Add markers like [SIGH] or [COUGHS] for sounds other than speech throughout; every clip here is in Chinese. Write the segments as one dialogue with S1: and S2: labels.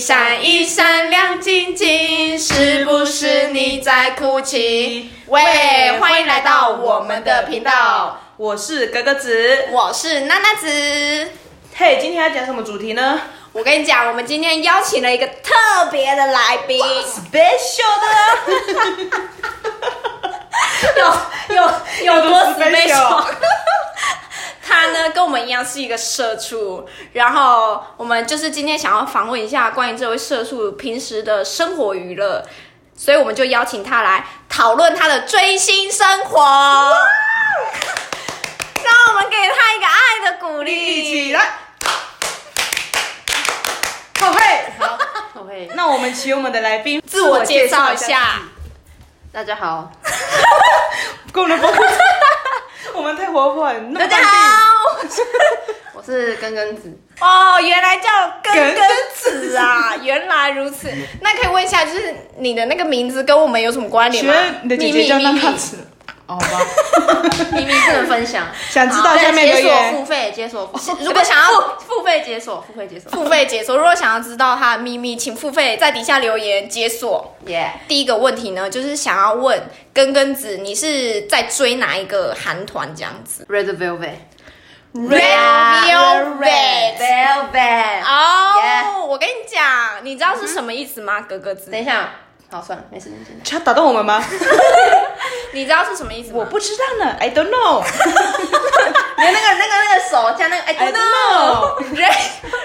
S1: 闪一闪亮晶晶，是不是你在哭泣？喂，欢迎来到我们的频道，
S2: 我是格格子。
S1: 我是娜娜子。
S2: 嘿、今天要讲什么主题呢
S1: 我跟你讲，我们今天邀请了一个特别的来宾，
S2: ？Special [LAUGHS] 的
S1: [LAUGHS] 有
S2: 啦，
S1: 有有多 special？他呢跟我们一样是一个社畜，然后我们就是今天想要访问一下关于这位社畜平时的生活娱乐，所以我们就邀请他来讨论他的追星生活。让我们给他一个爱的鼓
S2: 一
S1: 励。
S2: 起来。好嘿，
S3: 好，OK，
S2: 那我们请我们的来宾
S1: [LAUGHS] 自我介绍一下，
S3: 大家好，
S2: 自己，跟我们的播客 [LAUGHS] 我们太活泼了，那
S1: 大
S2: 么淡
S1: 家
S2: 定
S1: 好。
S3: 我是根根子，
S1: 哦，原来叫根
S2: 根
S1: 根子啊，原来如此。那可以问一下，就是你的那个名字跟我们有什么关联
S2: 请
S1: 吗？
S2: 问你的姐
S1: 秘
S2: 姐
S1: 密
S2: 叫
S1: 秘
S2: 娜
S1: 密
S2: 娜子，
S3: 哦，好吧，秘密不能分 [LAUGHS] 享，
S2: [LAUGHS] 想知道
S3: 对
S2: 下面留
S3: 解锁
S2: 言
S3: 付。费，解锁付 [LAUGHS] 费，
S1: 如果想要
S3: 付付费解锁，付费解锁，
S1: 付费解锁，如果想要知道它的秘密，请付费在底下留言解锁。
S3: 耶，
S1: 第一个问题呢，就是想要问根根子，你是在追哪一个韩团这样子
S3: Red Velvet。
S1: Red Velvet
S3: Velvet，
S1: 哦
S3: Yeah
S1: 我跟你讲，你知道是什么意思吗？格格子，
S3: 等一，下，好，算了，没事，没事。
S2: 他打动我们吗？
S1: 你知道是什么意思吗？
S2: 我不知道呢，I don't know。
S3: 你那个那个那个手加那个，哎
S2: I don't know。
S1: Red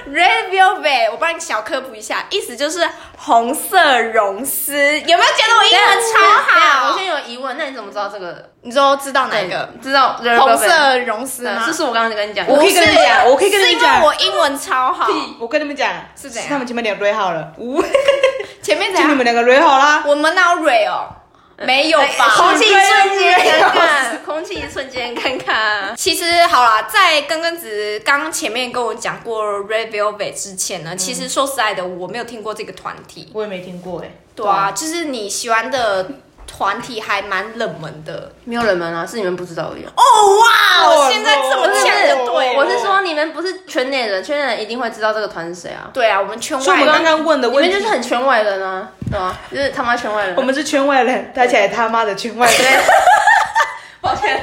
S1: Red Velvet，我帮你小科普一下，意思就是红色绒丝。有没有觉得我英文超
S2: 啊
S1: 好？
S3: 我现在有疑问，那你怎么知道这个？
S1: 你说知道哪一个？
S3: 知道
S1: 红色绒丝吗？
S3: 啊这是我刚刚跟你讲的。
S2: 我可以跟你讲
S1: 不是
S2: 我可以跟你
S1: 是
S2: 讲
S1: 因为我英文超好。
S2: 我跟你们讲，
S1: 是怎样
S2: 他们前面两对好了，呜，
S1: 前面怎
S2: 就
S1: 样
S2: 你们？嗯两个对好啦。
S1: 我们哪有蕊哦？没有
S2: 哎
S1: 吧？
S3: 空气一瞬间尴
S1: 尬。
S3: 尬，空气一瞬间尴尬。
S1: [LAUGHS] 其实好啦，在根根子刚前面跟我讲过 Red Velvet 之前
S2: 嗯
S1: 呢，其实说实在的，我没有听过这个团体。
S2: 我也没听过哎、
S1: 对啊，就是你喜欢的团体还蛮冷门的。
S3: 没有冷门啊，是你们不知道而已啊。
S1: 哦哇
S2: 哦
S1: 现在
S3: [LAUGHS]
S1: 这么
S2: 不
S1: 强
S2: 是
S1: 就
S2: 不
S1: 对了
S2: 是
S3: 我是说你们不是圈内人，圈内人一定会知道这个团是谁啊。
S1: 对啊，我们圈
S2: 所以
S1: 外
S2: 我们刚
S1: 人
S2: 刚问的
S3: 你
S2: 问
S3: 们
S2: 题
S3: 就是很圈外人啊，对吧？就是他妈圈外人。
S2: 我们是圈外人，大家也他妈的圈外 [LAUGHS] 人，
S3: 抱歉，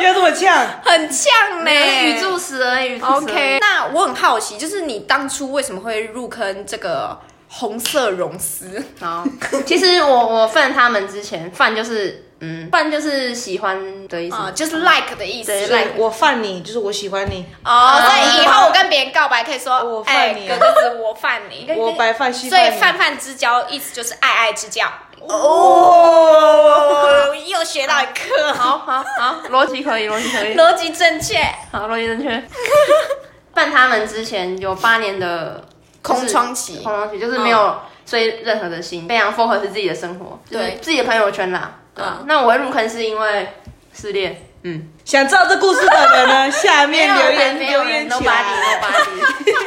S2: 要这么呛？
S1: 很呛呢、
S3: 语助词而已。语助词而已
S1: OK，那我很好奇，就是你当初为什么会入坑这个红色绒丝？
S3: 好，其实我我犯他们之前，犯就是嗯，犯就是喜欢的意思
S1: 啊、。就是 like 的意思。
S3: 对
S2: 就
S1: like
S2: 是我犯你，就是我喜欢你，
S1: 哦，所
S3: 啊
S1: 以以后我跟别人告白可以说，
S2: 我
S1: 哎，
S2: 犯你
S1: 哥哥子我犯你。
S2: 我白饭西
S1: 所以
S2: 饭你。
S1: 泛泛之交意思就是爱爱之交。
S2: 哦，
S1: 哦，又学到一课，
S3: 好好好，逻辑可以，逻辑可 [LAUGHS] 以。
S1: 逻辑正确，
S3: 好，逻辑正 [LAUGHS] 确。办他们之前有八年的就是
S1: 空窗期
S3: 空。窗期就是没有追任何的星，非常 focus 自己的生活，就是
S1: 对
S3: 自己的朋友圈啦。对啊
S1: 嗯，
S3: 那我会入坑是因为失恋，嗯，
S2: 想知道这故事的人呢，下面哎留言
S3: 没有
S2: 留
S3: 人
S2: 言
S3: nobody
S2: 起来。
S3: nobody，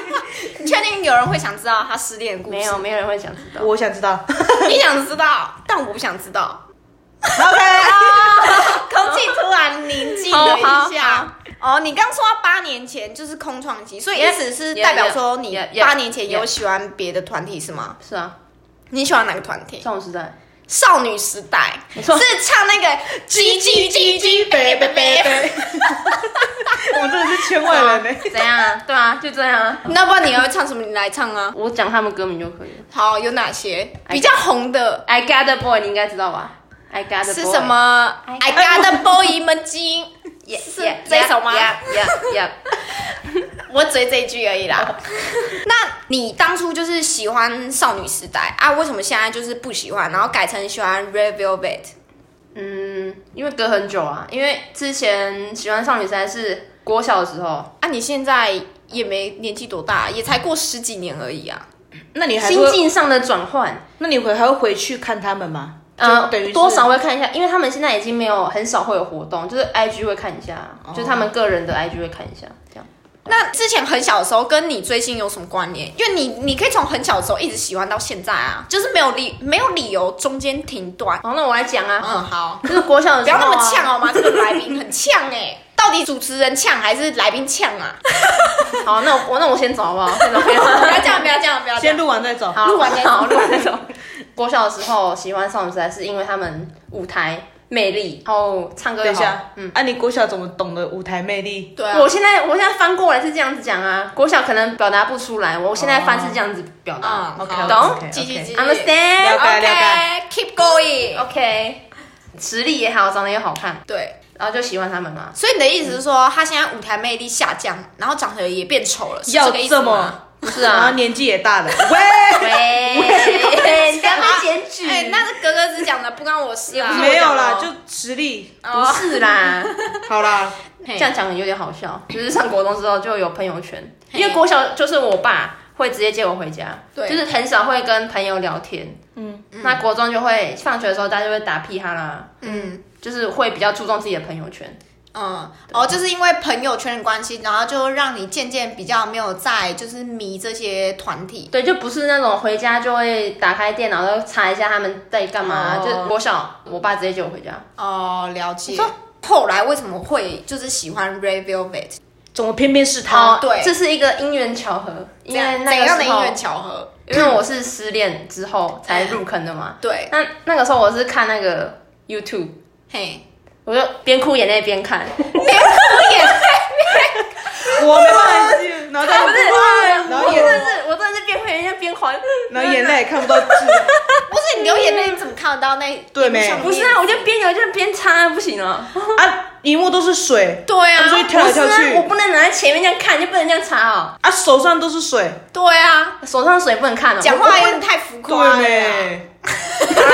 S1: 你确定有人会想知道他失恋的故事？
S3: 没有，没有人会想知道。
S2: 我想知道。 [LAUGHS]
S1: 你想知道，但我不想知道。
S2: OK，
S1: 啊 [LAUGHS] 空气突然宁静了一下。哦，你刚说到八年前就是空窗期，所以意
S3: Yes,
S1: 思是
S3: yeah,
S1: 代表说你
S3: yeah, yeah,
S1: 八年前有
S3: yeah.
S1: 喜欢别的团体是吗？
S3: 是啊，
S1: 你喜欢哪个团体？
S3: 少女时代，
S1: 少女时代，是
S3: 没错
S1: 唱那 [LAUGHS] 个 G G G G
S2: 北
S1: baby
S2: 北北
S1: baby。
S2: 北，我们真的是圈外人欸呢、
S3: 怎样啊？对啊，就这样啊。
S1: 那不然你要唱什么？你来唱啊。
S3: 我讲他们歌名就可以了。
S1: 好，有哪些比较红的？
S3: I got the boy，你应该知道吧？I got the boy
S1: 是什？么？I got the boy 们金，也 [LAUGHS] 是这首吗？
S3: ？Yeah，Yeah，
S1: 我只会这一句而已啦。 [LAUGHS] 那你当初就是喜欢少女时代啊？为什么现在就是不喜欢，然后改成喜欢 Red Velvet？
S3: 嗯，因为隔很久啊，因为之前喜欢少女时代是国小的时候，
S1: 啊，你现在也没年纪多大，也才过十几年而已啊。
S2: 那你还
S3: 心
S2: 会，
S3: 境上的转换，
S2: 那你回还会回去看他们吗？
S3: 呃
S2: 就等于，是
S3: 多少会看一下，因为他们现在已经没有很少会有活动，就是 IG 会看一下，就是他们个人的 IG 会看一下，这样。
S1: 那之前很小的时候跟你追星有什么关联？因为你你可以从很小的时候一直喜欢到现在啊，就是没有理没有理由中间停断。
S3: 好，那我来讲啊，
S1: 嗯，好，
S3: 就是国小的
S1: 不
S3: 时候
S1: 要
S2: [LAUGHS]
S3: 啊、
S1: 那么呛好吗？这个来宾很呛哎、到到底主持人呛还是来宾呛啊？
S3: 好，那我我那我先走好不好？先走，先
S1: 不
S3: 走
S1: 要这样，不要这样，不要这
S2: 先
S1: 样。
S2: 录完再走。
S3: 好
S1: 录完再走
S3: 好录完再走。国小的时候喜欢少女时代，是因为他们舞台魅力，然后唱歌
S2: 等
S3: 也
S2: 一
S3: 好。嗯
S2: 下，嗯，啊，你国小怎么懂得舞台魅力？
S1: 对啊，
S3: 我现在我现在翻过来是这样子讲啊，国小可能表达不出来，我现在翻是这样子表达。
S1: 嗯
S2: OK，
S1: 好
S3: 懂
S1: 继续继续
S3: Understand？
S2: 了解了解
S1: OK，keep going。
S3: OK，实力也好，长得也好看，
S1: 对，
S3: 然后就喜欢他们嘛。
S1: 所以你的意思是说，他现在舞台魅力下降，然后长得也变丑了，是
S2: 要
S1: 这个意思
S2: 这
S1: 吗？
S2: 么
S3: 不是
S2: 然后
S3: 啊，
S2: 年纪也大
S3: [LAUGHS]
S2: 了，喂，
S3: 喂，你不要被检举。
S1: 哎、那是格格子讲的，不关我事啊。
S2: [LAUGHS] 没有啦，
S3: 我
S2: 就
S3: 讲
S2: 实力。
S3: 不是啦，
S2: 好啦，
S3: 这样讲有点好笑。就是上国中之后就有朋友圈，因为国小就是我爸会直接接我回家，
S1: 对
S3: 就是很少会跟朋友聊天。嗯，那国中就会放学的时候大家就会打屁哈啦，
S1: 嗯
S3: 就是会比较注重自己的朋友圈。
S1: 嗯，哦，就是因为朋友圈的关系，然后就让你渐渐比较没有在就是迷这些团体。
S3: 对，就不是那种回家就会打开电脑，然后查一下他们在干嘛。
S2: 哦
S3: 就国小，我爸直接接我回家。
S1: 哦，了解。后来为什么会就是喜欢 Red Velvet？
S2: 怎么偏偏是他？
S1: 对
S3: 这是一个因缘巧合，因
S1: 这样
S3: 为
S1: 怎
S3: 那个
S1: 样的
S3: 时
S1: 因
S3: 候
S1: 缘，巧合？
S3: 因为我是失恋之后才入坑的嘛。
S1: 对，
S3: 那那个时候我是看那个 YouTube，
S1: 嘿，
S3: [LAUGHS] 我就边哭眼泪
S2: [LAUGHS]
S3: 边看，
S2: 我没办法，然后再
S3: 不是
S2: 然后
S3: 我真的
S2: 眼，
S3: 是我真的是边哭眼泪边还，
S2: 然后眼泪也看不到字，
S1: 不是你流眼泪，你怎么看得到那？
S2: 对没
S3: 不是啊，我就边流就边擦，不行啊，
S2: 啊，荧幕都是水，
S1: 对啊，
S2: 所以跳来跳
S3: 不是啊我
S2: 去，
S3: 不能拿在前面这样看，就不能这样擦哦，
S2: 啊，手上都是水，
S1: 对啊，
S3: 手上的水不能看哦，
S1: 讲
S3: 我
S1: 话有点太浮夸
S3: 啊
S2: 对
S1: 了啦。
S2: 没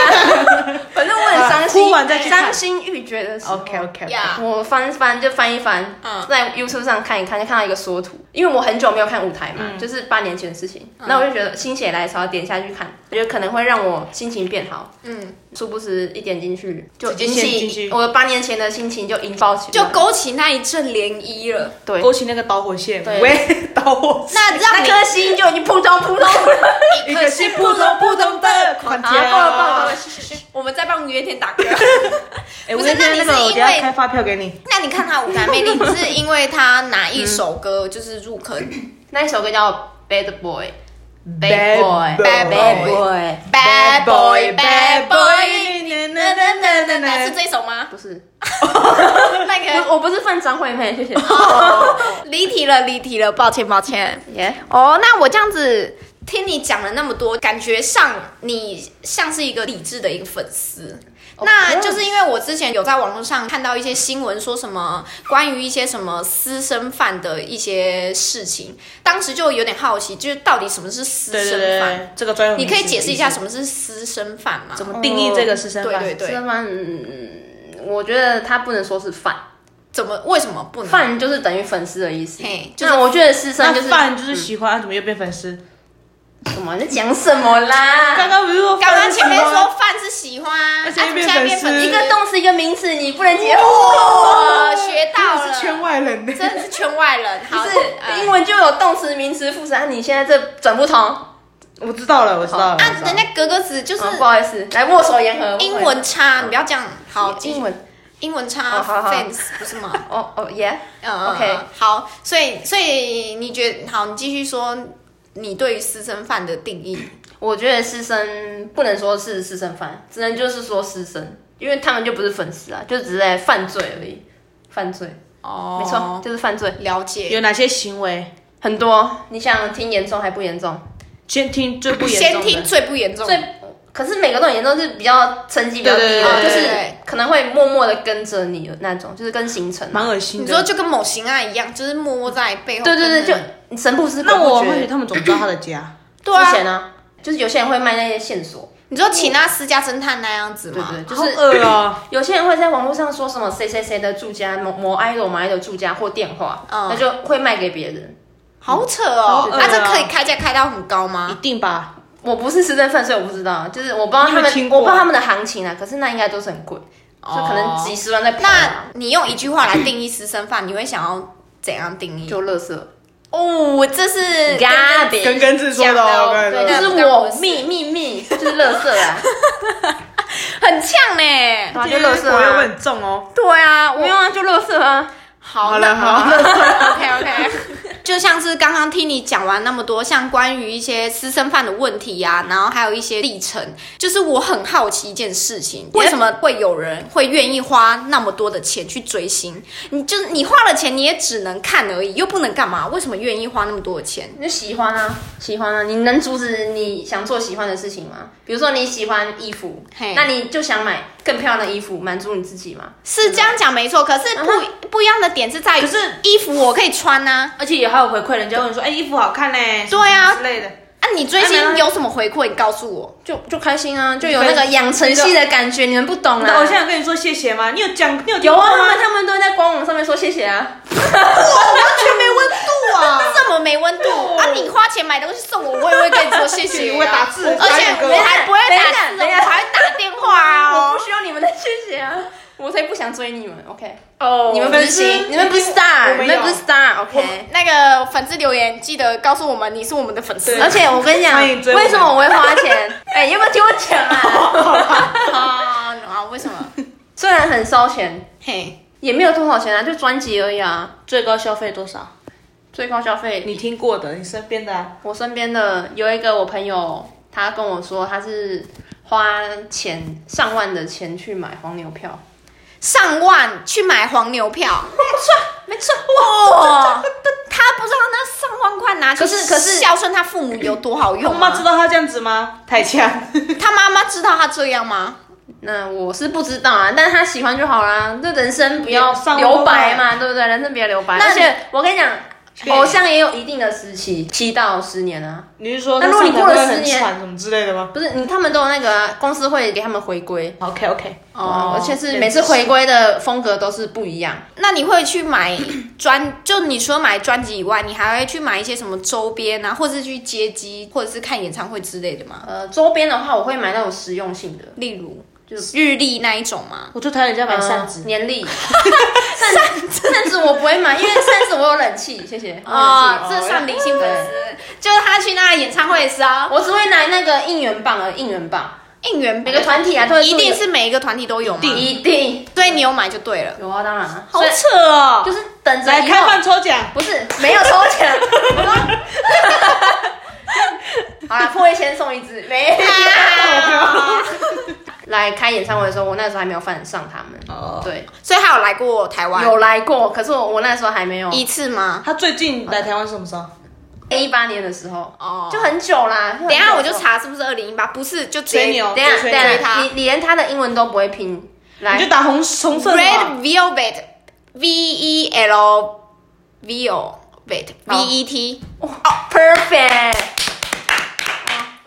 S3: 反正我很伤心，
S2: 啊哭完再去看哦
S3: 伤心欲绝的时候。
S2: ？OK OK，
S1: 呀，
S3: 我翻翻就翻一翻，
S1: 嗯
S3: 在 YouTube 上看一看，就看到一个缩图，因为我很久没有看舞台嘛，
S2: 嗯
S3: 就是八年前的事情，那、我就觉得心血来潮点下去看，我觉得可能会让我心情变好，
S1: 嗯，
S3: 殊不知一点进去就
S2: 直接
S3: 引
S2: 陷进去
S3: 起我八年前的心情就引爆起来，
S1: 就勾起那一阵涟漪了。
S3: 对，
S2: 勾起那个导火线，
S3: 对
S2: 喂， [LAUGHS] 导火线，
S1: 那让
S3: 那
S1: 你
S3: 颗心就已经扑通扑
S2: [LAUGHS]
S3: 通了，
S1: 一颗心扑通扑通的狂跳。
S3: 啊，爆了爆了爆了，
S1: 我们
S3: [LAUGHS]
S1: 在帮于元田打歌。
S2: 哎，我
S1: 不是
S2: 那天
S1: 那
S2: 那
S1: 你是
S2: 个，我
S1: 因
S2: 等下
S1: 为
S2: 开发票给你。
S1: 那你看他舞台魅力，你是因为他哪一首
S3: 嗯
S1: 歌就是入坑
S3: 那一首歌叫 Bad Boy。
S2: Bad Boy
S1: Bad
S3: Boy，
S1: ？Bad Boy Bad Boy，
S2: na
S1: 那那那
S2: na na
S1: 那那
S2: na na，
S1: 是这首吗？
S3: 不是，
S1: 那个
S3: 我我不是犯张惠妹，谢谢。
S2: 哦
S1: [LAUGHS] 离题了，离题了，抱歉抱歉。
S3: 耶，
S1: 哦，那我这样子听你讲了那么多，感觉上你像是一个理智的一个粉丝。
S3: Of
S1: 那
S3: course
S1: 就是因为我之前有在网络上看到一些新闻，说什么关于一些什么私生饭的一些事情，当时就有点好奇，就是到底什么是私
S2: 对对
S1: 生饭？
S2: 对，这个专用名
S1: 你
S2: 词
S1: 可以解释一下
S2: 意思
S1: 什么是私生饭吗？
S2: 怎么定义这个是生
S1: 对
S2: 饭？
S1: 哦对对，
S3: 吃饭，嗯我觉得它不能说是饭，
S1: 怎么为什么不能？
S3: 饭就是等于粉丝的意思。
S1: 嘿就是
S3: 那我觉得私生
S2: 那
S3: 就是
S2: 饭就是喜欢，啊怎么又变粉丝？
S3: 什么？你在讲什么啦？
S2: 刚刚不是说
S1: 刚
S2: 饭
S1: 刚
S2: 是
S1: 前面
S2: [LAUGHS] 喜欢
S1: 说饭是喜欢，啊，
S2: 而且
S1: 怎么
S2: 变
S1: 现在
S2: 粉
S1: 变粉
S2: 丝
S1: 丝
S3: 一个动词一个名词，你不能结合。
S1: 哦，学到
S2: 真的是
S1: 了，
S2: 圈外人呢。
S1: 真的是圈外人。好，
S3: 是
S1: 呃
S3: 英文就有动词、名词、副词，啊，你现在这转不通。啊，
S2: 我知道了，我知道了。我
S1: 啊
S2: 知，道
S1: 人
S2: 了
S1: 家格格子就是
S3: 哦不好意思，来握手言和。
S1: 英文差，你不要这样。好，继续
S3: 英文，
S1: 英文差
S3: 哦好好
S1: fans 不是
S3: [LAUGHS]
S1: 吗？
S3: 哦哦耶，
S1: 嗯
S3: OK
S1: 好，所以所以你觉得好，你继续说你对于私生饭的定义。
S3: 我觉得私生不能说是私生饭，只能就是说私生，因为他们就不是粉丝啊，就只是在犯罪而已，犯罪，
S1: 哦
S3: 没错，，就是犯罪，
S1: 了解。
S2: 有哪些行为？
S3: 很多。你想听严重还不严重？
S2: 先听最不严
S1: 先
S2: 重的。
S1: 听最不严重，
S3: 最可是每个都很严重，是比较成绩比较低
S2: 对对
S3: 的，
S2: 对
S1: 对
S3: 就是
S1: 对
S3: 可能会默默的跟着你的那种，就是跟行程。
S2: 蛮恶心
S1: 你
S2: 的。
S1: 说就跟某型爱一样，就是默默在背后
S3: 对
S1: 跟着
S3: 对
S1: 你。
S3: 对，就你神不知鬼
S2: 那
S3: 不
S2: 我
S3: 觉
S2: 或许他们怎么知道他的家？
S1: 对
S3: 之前
S1: 啊，
S3: 呢，就是有些人会卖那些线索，
S1: 你说请那私家侦探那样子
S3: 对
S1: 嘛？
S3: 对，就
S2: 好
S3: 是
S2: 恶啊！
S3: 呃有些人会在网络上说什么谁谁谁的住家，某某 idol 某 idol 住家或电话，
S1: 嗯
S3: 那就会卖给别人。
S1: 好扯哦
S2: 好！恶
S1: 那这
S2: 啊
S1: 可以开价开到很高
S2: 一
S1: 吗？
S2: 定吧？
S3: 我不是私生饭，所以我不知道，就是我不知道他
S2: 你有没
S3: 们
S2: 有听，过
S3: 我不知道他们的行情啊。可是那应该都是很贵，就可能几十万在跑啊
S1: 那你用一句话来定义私生饭，你会想要怎样定义？
S3: 就乐色
S1: 哦，这是
S3: ，garbage，
S2: 跟根子说的
S1: 讲的哦
S2: 哦，跟
S1: 对
S3: 对，
S2: 根
S3: 就
S2: 子
S3: 是我秘密密，就是乐色啊。
S1: 很呛呢。
S3: 啊，就
S2: 今天
S3: 乐色
S2: 我又
S3: 啊，
S2: 很重哦。
S1: 对啊，我
S3: 没有啊，就乐色啊。
S1: 好
S2: 了 [LAUGHS] 好了
S1: [LAUGHS] OK OK，就像是刚刚听你讲完那么多，像关于一些私生饭的问题呀、然后还有一些历程，就是我很好奇一件事情，为什么会有人会愿意花那么多的钱去追星？你就是你花了钱，你也只能看而已，又不能干嘛？为什么愿意花那么多的钱？
S3: 你就喜欢啊，喜欢啊，你能阻止你想做喜欢的事情吗？比如说你喜欢衣服
S1: 嘿，
S3: 那你就想买更漂亮的衣服，满足你自己嘛。
S1: 是这样讲没错，可是不不一样的点是在于，
S2: 可是
S1: 衣服嗯我可以穿啊呐、
S2: 而且也还有回馈，人家问说，哎，衣服好看呢，
S1: 对啊
S2: 之类的。
S1: 啊，你追
S2: 啊没
S1: 星
S2: 有
S1: 有什么回馈？你告诉我。
S3: 就就开心啊，就有那个养成系的感觉，你们不懂
S2: 你的
S3: 啊。
S2: 偶像有跟你说谢谢吗？你有讲，你有听
S3: 有
S2: 过
S3: 啊，他
S2: 吗
S3: 们？他们都在官网上面说谢谢啊。
S2: [LAUGHS]
S1: 全没温度啊！这么没温度啊！你花钱买东西送我，我也会跟你说谢谢、啊。
S2: 你会打字
S1: 而
S2: 打
S1: 且
S2: 给
S1: 我
S2: 我
S1: 还不会打字哦，
S3: 等一下等一下
S1: 我还会打电话
S3: 我
S1: 哦
S3: 不。需要你们的谢谢啊，我才不想追你们。OK，
S2: 哦
S3: 你们不是星，你们不是 star，
S2: 我
S3: 你
S2: 们有
S3: 们不是 star。OK。
S1: 那个粉丝留言，记得告诉我们你是我们的粉丝
S2: 对。
S3: 而且我跟你讲，
S2: 欢迎追我们
S3: 为什么我会花钱？哎，要不要听我
S2: [LAUGHS]
S3: 讲啊？
S1: 啊啊！为什么？
S3: 虽然很烧钱，
S1: 嘿，
S3: 也没有多少钱啊，就专辑而已啊。
S2: 最高消费多少？
S3: 最高消费
S2: 你听过的，你身边的啊？
S3: 我身边的有一个我朋友，他跟我说他是花钱上万的钱去买黄牛票，
S1: 上万去买黄牛票，没错，没错，哇！他不知道那上万块拿去，
S3: 可是可是
S1: 孝顺他父母有多好用
S2: 我妈知
S1: 吗？
S2: 道他这样子吗？太强。 [LAUGHS]
S1: 他妈妈知道他这样吗？
S3: 那我是不知道啊，但是他喜欢就好啦。这人生不要
S2: 上万啊
S3: 留白嘛，对不对？人生别留白。
S1: 那
S3: 而
S1: 你
S3: 且我跟你讲，
S2: 对
S3: 偶像也有一定的时期，七到十年啊，
S2: 你是说
S3: 那如果你过了
S2: 上台会很
S3: 十年
S2: 喘什么之类的吗
S3: 不是你他们都有那个啊、公司会给他们回归。
S2: ？OK OK，
S3: 哦，而且是每
S2: 也
S3: 次
S2: 是
S3: 回归的风格都是不一样，
S1: 那你会去买 [COUGHS] 专？就你除了买专辑以外，你还会去买一些什么周边啊，或者是去接机，或者是看演唱会之类的吗？
S3: 呃，周边的话我会买那种实用性的，
S1: 例如就是日历那一种吗？
S2: 我就台人家买扇
S3: 呃
S2: 子，
S3: 年历，扇扇子我不会买，因为扇子我有冷气，谢谢。
S1: 哦
S2: 哦，
S1: 这算理性粉丝，就是他去那演唱会的时候，
S3: 我只会拿那个应援棒而已应援棒，
S1: 应援
S3: 每个团体啊，都会
S1: 一定是每一个团体都有吗？
S3: 一定
S1: 所以你有买就对
S3: [LAUGHS]
S1: 了。
S3: 有啊，当然啊，
S2: 好
S3: 所以
S2: 扯哦！
S3: 就是等着
S2: 来
S3: 以
S2: 开
S3: 后
S2: 放抽奖，
S3: [LAUGHS] 不是没有抽钱，好啦，破一千送一支，没有。哦
S2: [LAUGHS]
S3: 来开演唱会的时候，我那时候还没有犯上他们，
S2: 哦
S3: 对，
S1: 所以他有来过台湾
S3: 有来过，可是我我那时候还没有，
S1: 一次吗？
S2: 他最近来台湾什么时候？
S3: 一八年的时候，
S1: 哦，
S3: 就很久啦。
S1: 等一下我就
S3: 查。
S1: 查是不是二零一八，不是就直
S2: 吹
S1: 接
S2: 牛，
S3: 等一下，
S2: 吹
S3: 等
S2: 牛
S3: 一
S1: 他
S3: 下，你你连他的英文都不会拼，来，
S2: 你就打红红色的嘛
S1: Red Velvet V E L Velvet V E T，
S3: perfect。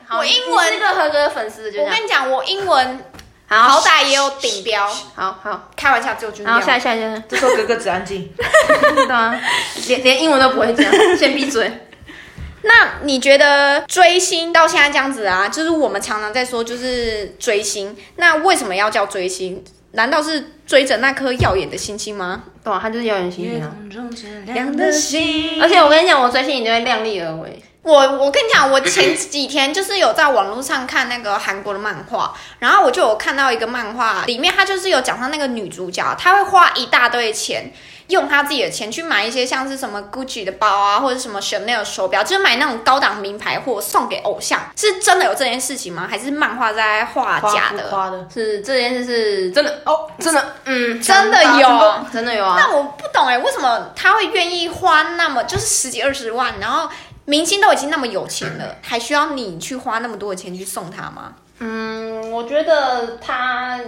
S3: 好
S1: 我英文
S3: 你是一个合格的粉丝，就这
S1: 我
S3: 样。
S1: 跟你讲，我英文
S3: 好
S1: 好，歹也有顶标，
S3: 好好，
S1: 开玩笑，只有军
S3: 然后
S1: 标。
S3: 下一下一下，
S2: 这时候哥哥只安静。
S3: 对啊，
S1: [LAUGHS]
S3: 连连英文都不会讲，先闭嘴。
S1: 那你觉得追星到现在这样子啊，就是我们常常在说，就是追星，那为什么要叫追星？难道是追着那颗耀眼的星星吗？
S3: 对啊，他就是耀眼
S2: 哎
S3: 星星啊。
S2: 亮的心
S3: 而且我跟你讲，我追星一定会量力而为。
S1: 我我跟你讲，我前几天就是有在网络上看那个韩国的漫画，然后我就有看到一个漫画，里面它就是有讲到那个女主角，她会花一大堆钱，用她自己的钱去买一些像是什么 GUCCI 的包啊，或者什么 Chanel 手表，就是买那种高档名牌货送给偶像，是真的有这件事情吗？还是漫画在画假的？
S2: 花的
S3: 是这件事是真的，
S2: 哦，
S3: 真的，嗯，
S1: 真的有
S3: 真的真的有啊。
S1: 那我不懂哎、为什么她会愿意花那么就是十几二十万，然后明星都已经那么有钱了，还需要你去花那么多的钱去送她吗？
S3: 嗯，我觉得他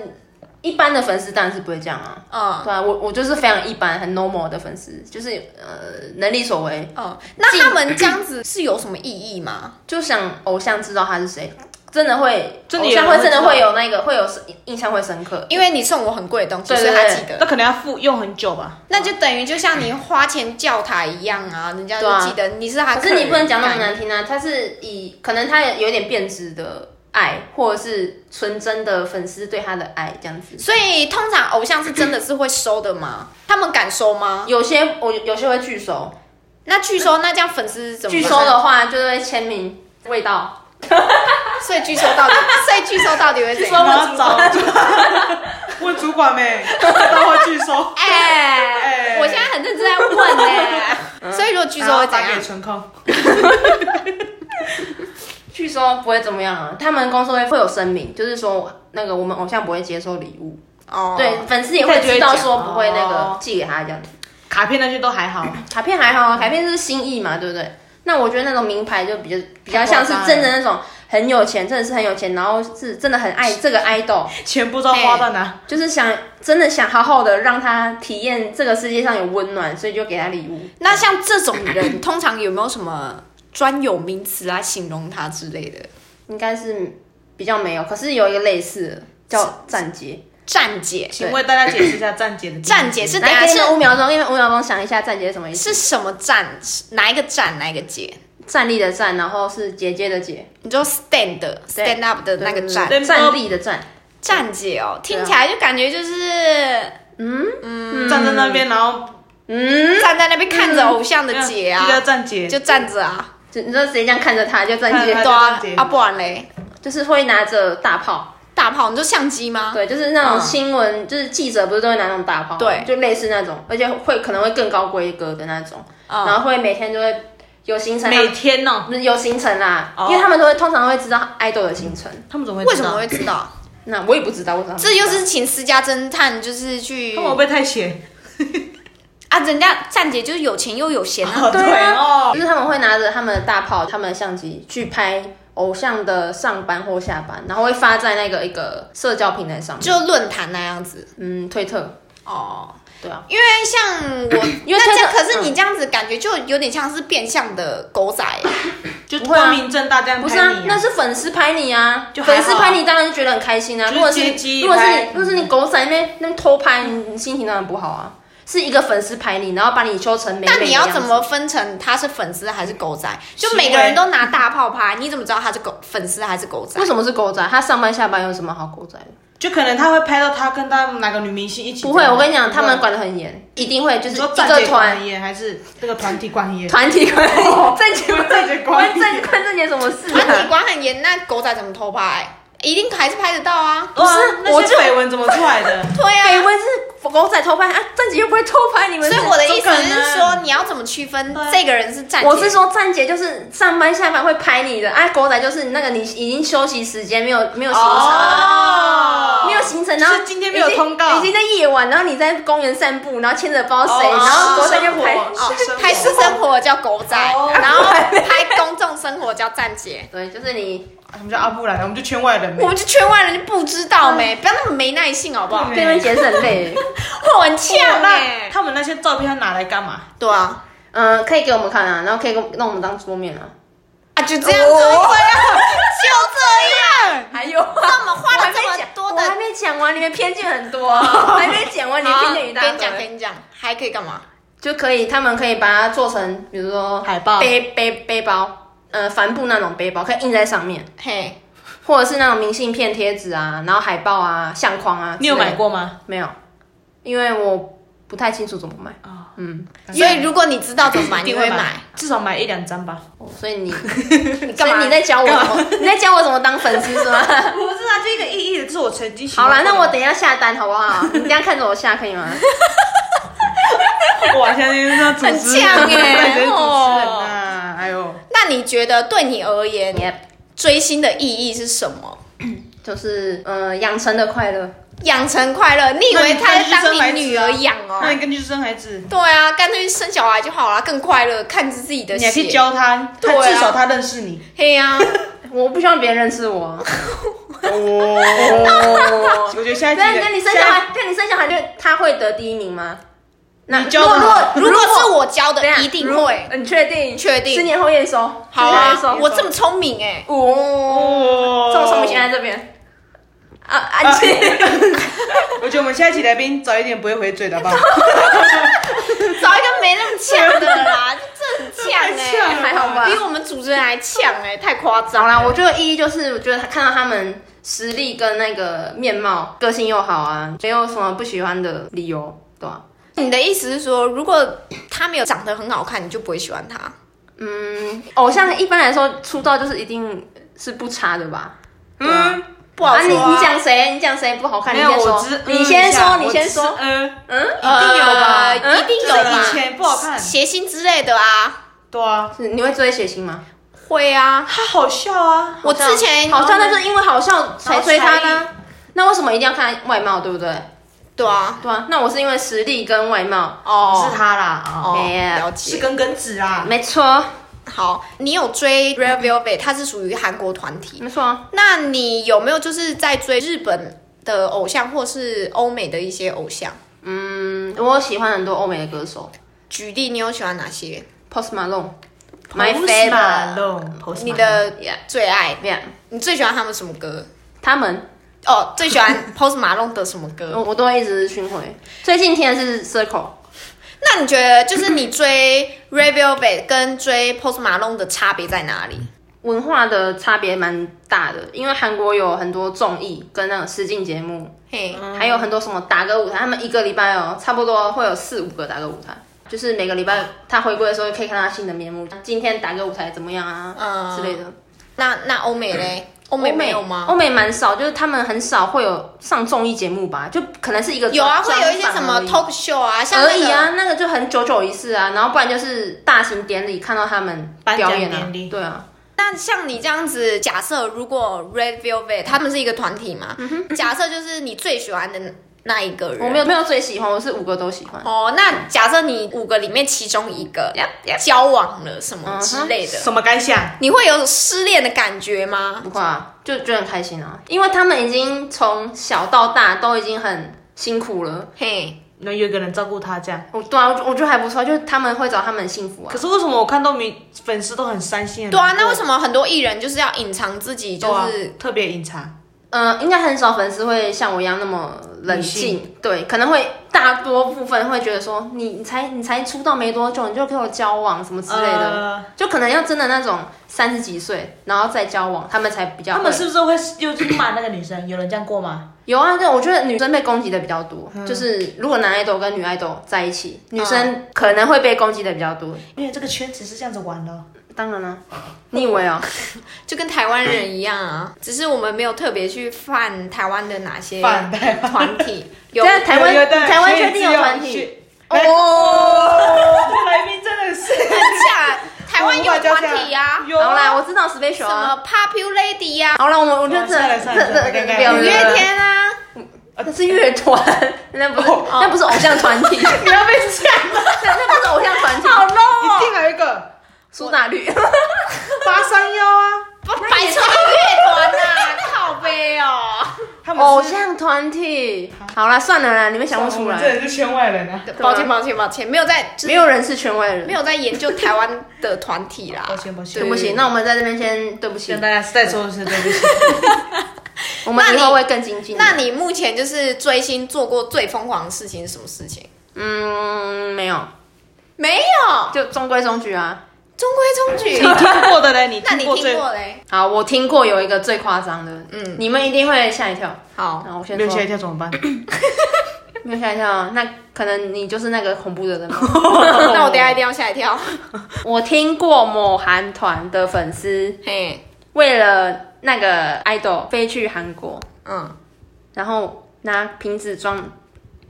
S3: 一般的粉丝当然是不会这样啊。
S1: 嗯。
S3: 对啊，我我就是非常一般、很 normal 的粉丝，就是呃能力所为，
S1: 哦，那他们这样子是有什么意义吗？
S3: 就想偶像知道他是谁，真的会，
S2: 真的
S3: 偶
S2: 有人
S3: 像会
S2: 会
S3: 真的
S2: 知道
S3: 会有那个会有深印象会深
S1: [CLEARS THROAT]
S3: 刻，
S1: 因为你送我很贵的东西，
S3: 对
S1: 所以
S3: 对
S1: 他
S3: 对
S1: 记
S2: [LAUGHS] 那
S1: 得，
S2: 可能要付用很久吧。
S1: 那就等于就像你花钱叫他一样啊，人家就
S3: 对啊
S1: 记得你是他
S3: 可
S1: 客人。
S3: 是你不能讲那么难听啊，他是以可能他有点变质的爱，或者是纯真的粉丝对他的爱这样子。
S1: 所以通常偶像是真的是会收的 [CLEARS THROAT] 吗？他们敢收吗？
S3: 有些我有些会拒收，
S1: 那拒收，那这样粉丝是怎么
S3: 拒
S1: 办？
S3: 收的话就会签名味道，
S1: [LAUGHS] 所以拒收到底，所以拒收到底会怎
S3: 收
S1: 样？
S2: 然后找问主管 [LAUGHS] 没？大话拒收。
S1: 哎、嗯
S2: 哎
S1: 我现在很认真在问呢、所以如果拒收会怎
S2: 打
S1: 样
S2: 给？纯控，
S3: 据说不会怎么样啊，他们公司会会有声明，就是说那个我们偶像不会接受礼物，
S1: 哦，
S3: 对，粉丝也会知道说不会那个寄给他这样子。
S2: 卡片那些都还好。
S3: 卡片还好啊，卡片是心意嘛，对不对？那我觉得那种名牌就比较比较像是真的那种很有钱，真的是很有钱，然后是真的很爱这个 idol，
S2: 钱不知道花到哪，
S3: 就是想真的想好好的让他体验这个世界上有温暖，所以就给他礼物。
S1: 那像这种人，通常有没有什么专有名词来形容他之类的？
S3: 应该是比较没有，可是有一个类似的叫站街。
S1: 站姐，
S2: 请为大家解释一下站姐的定义
S1: 站姐是等下
S3: 来，给你们
S1: 是
S3: 五秒钟，因为五秒钟想一下站街是什么意思？
S1: 是什么站？哪一个站？哪一个姐？
S3: 站立的站，然后是姐姐的姐，
S1: 你就 stand stand up 的那个站
S2: 对对对
S3: 站立的站。
S1: 站姐哦，听起来就感觉就是
S2: 站在那边，然后
S3: 嗯，
S1: 站在那边看着偶像的姐啊
S2: 就，叫站姐，
S1: 就站着啊，
S3: 就你知道直接这样看着他就站
S2: 看
S3: 街
S2: 着，
S1: 对啊
S2: 站姐，
S1: 啊不然嘞，
S3: 就是会拿着大炮。
S1: 大炮你就相机吗？
S3: 对，就是那种
S1: 嗯
S3: 新闻，就是记者不是都会拿那种大炮，
S1: 对
S3: 就类似那种，而且会可能会更高规格的那种，
S1: 嗯
S3: 然后会每天就会有行程，啊
S2: 每天哦。
S3: 不是有行程啦，
S2: 哦
S3: 因为他们都会通常都会知道爱豆的行程，
S2: 他们怎么
S1: 为什么会知道？
S3: 那我也不知道为什么，
S1: 这就是请私家侦探，就是去
S2: 他们会不会太闲？
S1: 啊，人家站姐就是有钱又有闲啊，
S2: 哦对
S3: 啊，
S2: 哦
S3: 就，是他们会拿着他们的大炮、他们的相机去拍偶像的上班或下班，然后会发在那个一个社交平台上面，
S1: 就论坛那样子
S3: 嗯，推特，
S1: 哦。
S3: 对啊，
S1: 因为像我，
S3: 因为嗯
S1: 那这样，
S3: 真的
S1: 可是你这样子感觉就有点像是变相的狗仔耶，
S2: 就
S3: 不会啊
S2: 光明正大这样
S3: 不
S2: 拍
S3: 是
S2: 你
S3: 啊
S2: 啊，，
S3: 那是粉丝拍你啊，
S2: 就还
S3: 粉
S2: 好
S3: 丝拍你当然就觉得很开心啊。
S2: 就是
S3: 如果是
S2: 接机
S3: 如果是
S2: 拍
S3: 你如果是你狗仔那边那边偷拍，你你心情当然不好啊。是一个粉丝拍你，然后把你修成美美的
S1: 但你要
S3: 样子
S1: 怎么分成他是粉丝还是狗仔？就
S2: 行
S3: 啊
S2: 为
S1: 每个人都拿大炮拍，你怎么知道他是狗粉丝还是狗仔
S3: 为？什么是狗仔？他上班下班有什么好狗仔的？
S2: 就可能他会拍到他跟他哪个女明星一起。啊
S3: 不会，我跟你讲，
S2: 不会
S3: 他们管得很严，一定会就是
S2: 你
S3: 一
S2: 说站
S3: 个
S2: 姐
S3: 团
S2: 管严还是这个团体管严？
S3: 团体管理。正 [LAUGHS] 经
S2: 正经管理
S3: 正关正经什么事
S1: 那 [LAUGHS] 你
S3: 啊？
S1: 管很严，那狗仔怎么偷拍？一定还是拍得到啊！
S2: 不
S3: 不是我
S2: 那
S3: 就
S2: 些绯闻怎么出来
S3: [LAUGHS]
S2: 的？
S1: 对
S3: 绯
S1: 啊，
S3: 闻哎是狗仔偷拍啊，正经又不会偷拍你们是。
S1: 所以我的意
S2: 怎么可
S1: 思
S2: 能
S1: 是说，你要怎么区分
S2: 对
S1: 这个人是站姐？
S3: 啊我是说，站姐就是上班下班会拍你的，啊，狗仔就是那个你已经休息时间没有没有行程了，
S2: 哦
S3: 没有行程，
S2: 就
S3: 然
S2: 是
S3: 后
S2: 今天没有
S3: 已经
S2: 通告
S3: 已经在夜晚，然后你在公园散步，然后牵着不知道谁，
S2: 哦
S3: 然后狗仔
S2: 私
S3: 就
S2: 生活
S3: 拍，
S2: 哦生活
S1: 拍私生活叫狗仔，
S2: 哦
S1: 然后拍公众生活叫站姐。
S3: 对，就是你
S2: 我们叫阿布来，我们就圈外人呗
S1: 我。们就圈外人就不知道没，不要那么没耐性好不好？
S2: 对
S3: 被他们节省累。
S1: 我很呛
S2: 那
S1: 哎。
S2: 他们那些照片他拿来干嘛？
S1: 对啊，
S3: 嗯，可以给我们看啊，然后可以给我们让我们当桌面啊。
S1: 啊就这样子，
S2: 哦
S1: 对啊，就这样。
S3: 还有啊，
S1: 那我们花
S3: 我还
S1: 了
S3: 没
S1: 这么
S3: 讲，
S1: 多
S3: 我还
S1: 的，
S3: 没讲完，你们偏见很多，啊还没讲完，你们偏见一大
S1: 跟你讲
S3: 堆。
S1: 跟你讲，还可以干嘛？
S3: 就可以，他们可以把它做成，比如说
S2: 海报
S3: 背背背包，呃，帆布那种背包，可以印在上面。
S1: 嘿，
S3: 或者是那种明信片、贴纸啊，然后海报啊、相框啊。
S2: 你有买？过吗？
S3: 没有，因为我不太清楚怎么买。
S2: 啊，
S3: 嗯，
S1: 所以如果你知道怎么买，
S2: 一
S1: 你
S2: 定
S1: 会
S2: 会
S1: 买
S2: 买。，至少买一两张
S3: [LAUGHS]
S2: 吧。
S3: 所以你，
S1: 你
S3: 所
S1: 干
S3: 以
S1: 嘛？
S3: 你在教我怎么，你在教我怎么当粉丝是吗？
S2: [LAUGHS] 不是啊，就一个意义的，这是我曾经喜欢
S3: 好
S2: 过的。
S3: 啦，那我等一下下单好不好？你这样看着我下可以吗？
S2: 我现在就是那主持人，
S1: 很呛欸
S2: [LAUGHS] 对主持人
S3: 哦
S2: 啊，哎呦，
S1: 那你觉得对你而言，追星的意义是什么？
S3: 就是呃，养成的快乐。
S1: 养成快乐，你以为他在当
S2: 那
S1: 你
S2: 你
S1: 女儿养哦？
S2: 那你跟去生孩子，
S1: 对啊，干脆生小孩就好了，更快乐，看着自己的
S2: 你还可以
S1: 血。
S2: 教他，
S1: 对啊
S2: 他至少他认识你。
S1: 嘿呀，
S3: 我不希望别人认识我啊。
S2: 哦， [LAUGHS] 我觉得下一集
S3: 那
S2: 的，
S3: 那你生小孩，那你生小孩就他会得第一名吗？那
S2: 你教的
S3: 如果
S2: 好
S1: 如果是我教的
S3: 等，下
S1: 一定
S3: 如果
S1: 会。
S3: 呃你确定？
S1: 确定
S3: 十年后验收。
S1: 好
S3: 十年
S1: 啊
S3: 后验收，
S1: 我这么聪明哎、
S3: 哦，
S2: 哦，
S3: 这么说明现在这边啊，安静。
S2: 我觉得我们下一期来宾早一点不会回嘴的
S3: [LAUGHS]
S2: 吧？
S1: 找一个没那么呛的啦，这很呛哎、
S2: 太呛了吧
S3: 欸还好吧
S1: 比我们主持人还呛哎、太夸张
S3: 好啦，
S1: 了。
S3: [LAUGHS] 我觉得意义就是，我觉得看到他们实力跟那个面貌、个性又好啊，没有什么不喜欢的理由，对吧、
S1: 你的意思是说，如果他没有长得很好看，你就不会喜欢他？
S3: 嗯，偶像一般来说出道就是一定是不差的吧？对啊
S2: 嗯，
S1: 不好
S3: 啊，你
S1: 说
S3: 你讲谁？你讲谁不好看？
S2: 没
S3: 你
S2: 有，
S3: 先
S2: 我
S3: 说
S2: 只，
S3: 你先说，
S2: 嗯一下
S3: 你先
S2: 我
S3: 说
S2: 只。嗯，
S3: 嗯，
S1: 呃
S2: 一定有吧
S1: 一定
S2: 就
S1: 有吧
S2: 是以？前不好看，
S1: 谐星之类的啊，
S2: 对啊，
S3: 是你会追血腥吗？
S1: 会啊。
S2: 他好笑啊，
S1: 我之前
S3: 好笑，那是因为好笑才追他
S2: 然后
S3: 呢。那为什么一定要看外貌，对不对？
S1: 对啊，
S3: 对啊，那我是因为实力跟外貌。
S1: 哦
S2: 是，他啦，
S1: 哦
S2: 哦，
S3: 哎
S1: 了
S2: 是
S1: 解。
S2: 根根子啊，
S3: 没错，
S1: 好，你有追 Red Velvet，它是属于韩国团体。
S3: 没错。
S1: 那你有没有就是在追日本的偶像，或是欧美的一些偶像？
S3: 嗯，我喜欢很多欧美的歌手
S1: 举例，你有喜欢哪些？
S3: ，Post Malone，My
S2: Post
S3: favorite，
S2: Malone，Post Malone
S1: 你的
S3: Yeah
S1: 最爱？
S3: Yeah，
S1: 你最喜欢他们什么歌？
S3: 他们
S1: 哦，最喜欢 Post Malone 的什么歌？
S3: [LAUGHS] 我我都会一直巡回。最近听的是 Circle，
S1: 那你觉得就是你追 Red Velvet 跟追 Post Malone 的差别在哪里？
S3: 文化的差别蛮大的，因为韩国有很多综艺跟那种实境节目，
S1: 嘿，
S3: 还有很多什么打歌舞台，他们一个礼拜哦，差不多会有四五个打歌舞台，就是每个礼拜他回归的时候可以看到他新的面目。今天打歌舞台怎么样啊？
S1: 嗯
S3: 之类的。
S1: 那那欧美嘞？欧美没有吗？
S3: 嗯欧美蛮少，就是他们很少会有上综艺节目吧，就可能是一个
S1: 有啊，会
S3: 专
S1: 有一些
S3: 专
S1: 什
S3: 访
S1: 么
S3: 而已
S1: talk show 啊，像
S3: 而
S1: 那
S3: 已
S1: 个
S3: 啊，那个就很久久一次啊，然后不然就是大型典礼看到他们
S2: 颁奖
S3: 表演啊
S2: 典，礼
S3: 对啊，
S1: 那像你这样子，假设如果 Red Velvet 他们是一个团体嘛，假设就是你最喜欢的那一个人，
S3: 嗯我没有没有最喜欢，我是五个都喜欢。
S1: 哦，那假设你五个里面其中一个
S3: Yep, yep
S1: 交往了什么
S3: 嗯哼
S1: 之类的，
S2: 什么感想？
S1: 你会有失恋的感觉吗？
S3: 不会啊，就觉得很开心啊，因为他们已经从小到大都已经很辛苦了。
S1: 嘿，
S2: 能有一个人照顾他这样。
S3: 我对啊，我觉我觉得还不错，就是他们会找他们幸福啊
S2: 可。是为什么我看到明粉丝都很伤心？
S1: 对啊，那为
S2: 么
S1: 什么很多艺人就是要隐藏自己，
S3: 啊
S1: 就是、
S2: 啊特别隐藏？
S3: 嗯、应该很少粉丝会像我一样那么冷
S2: 理
S3: 静，对，可能会大多部分会觉得说，你你才你才出道没多久，你就跟我交往什么之类的，
S2: 呃
S3: 就可能要真的那种三十几岁然后再交往，他们才比较会。
S2: 他们是不是会又去骂那个女生？有人这样过吗？
S3: 有啊，对，我觉得女生被攻击的比较多，
S2: 嗯
S3: 就是如果男爱豆跟女爱豆在一起，女生可能会被攻击的比较多。
S2: 因为这个圈子是这样子玩的哦。
S3: 当然啦、你以为哦？
S1: 就跟台湾人一样啊，只是我们没有特别去犯台湾的哪些
S2: 犯台湾
S1: 团体，有
S3: 现在台湾
S2: 有的
S3: 台湾确
S2: 圈子
S3: 定有
S2: 要
S3: 团体
S2: 去？哎
S1: 哦，
S2: 哦，来宾真的是。
S1: 真
S3: [LAUGHS]
S1: 假？台湾有团体呀、
S2: 有
S3: 好啦，
S2: 啊，
S3: 我知道 special
S1: 什么
S3: 啊。
S1: 啊 Popular Lady 呀、
S3: 好了，我们我觉得
S2: 哦
S3: 这
S2: 算了算了
S3: 这
S2: 算了
S3: 这
S2: 尴尬
S3: 不要
S1: 五
S2: 五
S1: 月
S3: 了
S1: 天啊，
S3: 那是乐 [LAUGHS] 团，那不是那不是偶像团 [LAUGHS] 体，那
S2: 你要被呛了。
S3: 那不是偶像团体。
S2: 一定还有一个
S3: 苏打绿，
S2: 八三幺啊，
S1: 不白痴乐团呐， [LAUGHS] 靠背哦。
S2: 他们是
S3: 偶像团体。好啦，算了啦，你们想不出
S2: 我们这
S3: 来，
S2: 人是圈外人啊。
S1: 抱歉抱歉抱歉，没有在就是
S3: 没有人是圈外人
S1: 没。有在研究台湾的团体啦
S2: 抱。歉抱歉，
S3: 对不起，那我们在这边先对不起
S2: 跟，大家再说一次对不起。
S3: 我们
S1: 那
S3: 以
S1: 你
S3: 后会更精进的。
S1: 那你目前就是追星做过最疯狂的事情是什么事情？
S3: 嗯，没有，
S1: 没有，
S3: 就中规中矩啊。
S1: 中规中矩
S2: 你。 [LAUGHS] 听过的嘞？你
S1: 那你
S2: 听过
S1: 听
S2: 最
S1: 过嘞？
S3: 好，我听过有一个最夸张的，嗯，你们一定会吓一跳。
S1: 好，
S3: 然后我先
S2: 没有
S3: 说
S2: 吓一，跳怎么办？
S3: 没有吓一跳，那可能你就是那个恐怖 [LAUGHS] 的人吗？
S1: 那我等一下一定要吓一跳。
S3: 我听过某韩团的粉丝
S1: 嘿，
S3: 为了那个 idol 飞去韩国，
S1: 嗯，
S3: 然后拿瓶子装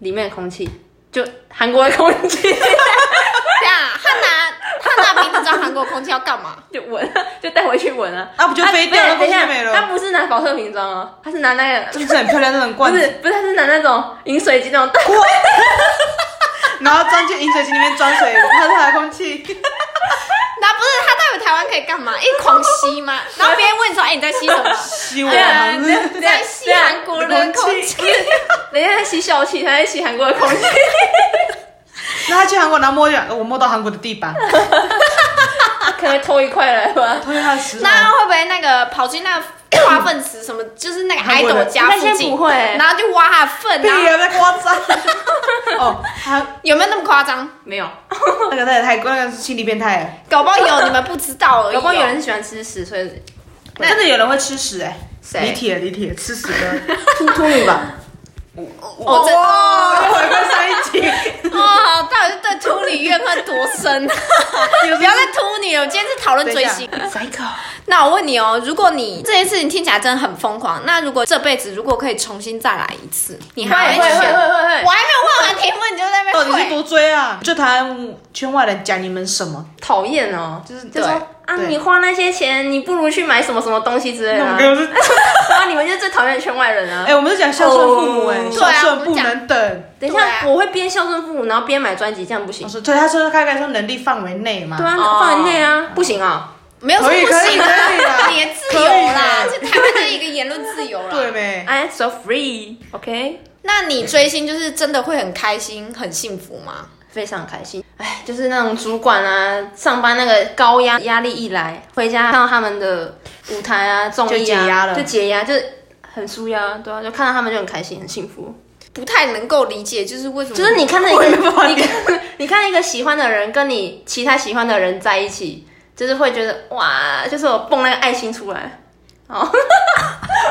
S3: 里面的空气，就韩国的空气 [LAUGHS]
S1: 这样汉拿汉拿瓶子装韩国空气要干嘛？
S3: 就闻，就带回去闻啊。
S2: 那不就飞掉
S3: 啊
S2: 了？空
S3: 对等一
S2: 气
S3: 下
S2: 没
S3: 他
S2: 了，啊
S3: 不是拿保特瓶装哦，他是拿那个，
S2: 就是很漂亮那种罐
S3: 不
S2: 子
S3: 是，不是，他是拿那种饮水机那种大
S2: 然后装进饮水机里面装水，喝它的空气。
S1: 那不是他代表台湾可以干嘛？一狂吸吗？然后别人问说：“哎，你在吸什么？”
S2: 吸我
S3: 对啊
S2: 们，
S1: 你在吸韩国人的空气。
S3: 人家在吸笑气，他在吸韩国的空气，
S2: 那他去韩国，然后摸一下，我摸到韩国的地板，
S3: 啊可能偷一块来吧。
S2: 偷一下他的石头。
S1: 那会不会那个跑去那个化粪池什么，就是那个
S2: 韩国
S1: idol
S2: 人
S1: 家
S3: 应该
S1: 附
S3: 先
S1: 近，
S3: 不会
S1: 然后就挖他的粪，
S2: 屁
S1: 然后
S2: 啊，在夸张。哦，他
S1: 有没有那么夸张？
S3: 没有，
S2: 那个太太那个是心理变态了，
S1: 搞不好有，你们不知道 [LAUGHS] 而已哦。
S3: 有不有人喜欢吃屎，所以
S2: 真的有人会吃屎哎，
S3: 谁
S2: 李铁李铁吃屎的。
S3: 秃秃女吧？
S1: 哦，真
S2: 哇
S1: 哦，
S2: 又回归上一集，
S1: [LAUGHS] 哦，到底是对秃你怨恨多深啊！ [LAUGHS]
S2: 你
S1: 不要再突你了，我今天是讨论追星。
S2: psycho，
S1: 那我问你哦，如果你这件事情听起来真的很疯狂，那如果这辈子如果可以重新再来一次，你
S3: 会
S1: 还
S3: 会
S1: 会
S3: 会
S1: 选？
S3: 会
S1: 我
S3: 会，
S1: 还没有问完题目，你就在那
S2: [LAUGHS] 到底
S1: 边会。
S2: 是多追啊？就台湾圈外人讲你们什么？
S3: 讨厌哦，就是就
S1: 对
S3: 说啊，
S2: 对
S3: 你花那些钱，你不如去买什么什么东西之类
S2: 那
S3: 的
S2: 我
S3: 啊
S2: 们。就是，
S3: [LAUGHS] 然后你们就是最讨厌的圈外人
S2: 哎、
S3: [LAUGHS] 啊！
S2: 我们是讲孝顺父母、哎、
S3: 哦
S2: 孝顺不
S1: 对啊我
S2: 能等。
S3: 等一
S1: 对啊
S3: 下，我会边孝顺父母，然后边买专辑，这样不行
S2: 我。说，对，他说大概说能力范围内嘛。
S3: 对啊，
S1: 哦
S3: 放在内啊，不行啊。
S1: 没有说
S2: 可以
S1: 不
S2: 可
S1: 行
S2: 以可以
S1: 啊，
S2: 啦
S1: 你的自由啦，
S2: 可
S1: 这台湾的一个言论自 [LAUGHS] 由啦。
S2: 对呗。
S3: I'm 哎 so free，OK，、
S1: 那你追星就是真的会很开心、很幸福吗？
S3: 非常开心。哎，就是那种主管啊，上班那个高压压力一来，回家看到他们的舞台啊、综艺啊，
S2: 就解压了
S3: 就解压，就是很舒压，对啊，就看到他们就很开心、很幸福。
S1: 不太能够理解，就是为什么？
S3: 就是你看到一
S2: 我
S3: 个
S2: 也没办法
S3: 你看你看一个喜欢的人跟你其他喜欢的人在一起，就是会觉得哇，就是我蹦那个爱心出来。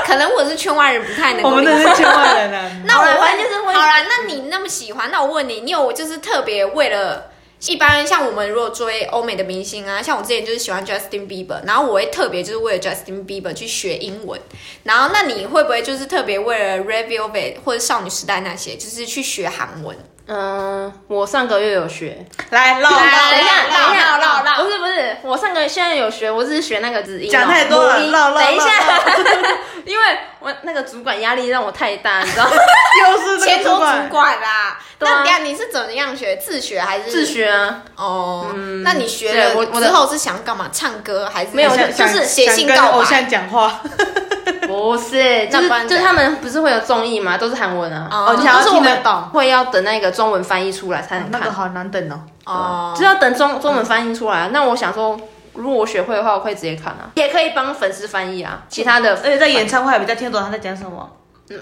S1: 可能我是圈外人，不太能
S2: 我
S1: 够
S2: 们
S1: 理
S2: 那
S1: 解。
S2: 是圈外人
S3: [LAUGHS]
S2: 啊。
S1: 那我
S3: 好啦反
S1: 会
S3: 正就是会
S1: 好啦，那你那么喜欢，那我问你，你有就是特别为了一般像我们如果追欧美的明星啊，像我之前就是喜欢 Justin Bieber，然后我会特别就是为了 Justin Bieber 去学英文，然后那你会不会就是特别为了 Red Velvet 或者少女时代那些，就是去学韩文？
S3: 嗯、我上个月有学，
S2: 来，唠
S1: 来
S3: 等一
S2: 唠，
S3: 下，
S1: 唠
S3: 等一下，
S1: 唠唠唠
S3: 不是不是，我上个现在有学，我只是学那个子音哦，
S2: 讲太多了
S3: 母音
S2: 唠唠
S3: 等一下
S2: 唠，
S3: 因为我那个主管压力让我太大，你知道吗？
S2: 又是这
S1: 前
S2: 个
S1: 途
S2: 主
S1: 主
S3: 啊
S2: 管。
S1: 管啦，
S3: 对啊
S1: 那你看你是怎么样学？自学还是
S3: 自？学啊，
S1: 哦，
S2: 嗯
S1: 那你学
S3: 对
S1: 了
S3: 我我的
S1: 之后是想干嘛？唱歌还是
S3: 没有
S1: 想
S3: 就就是
S1: 写信
S2: 想跟
S1: 告白哦
S2: 偶像讲话，
S3: 不是，就
S1: 那
S3: 是
S1: 不然
S3: 就是
S1: 怎样
S3: 他们不是会有综艺嘛，都是韩文啊，
S1: 哦
S3: 就
S1: 你想要
S3: 是
S2: 听
S3: 我
S2: 得
S3: 们
S2: 懂
S3: 会要等那个中文翻译出来才能
S2: 那
S3: 看
S2: 个，好难等哦。
S1: 哦，
S3: 就是要等中中文翻译出来啊。那我想说，如果我学会的话，我会直接看啊，也可以帮粉丝翻译啊，其他的哎
S2: 而。且在演唱会还比较听得懂他在讲什么。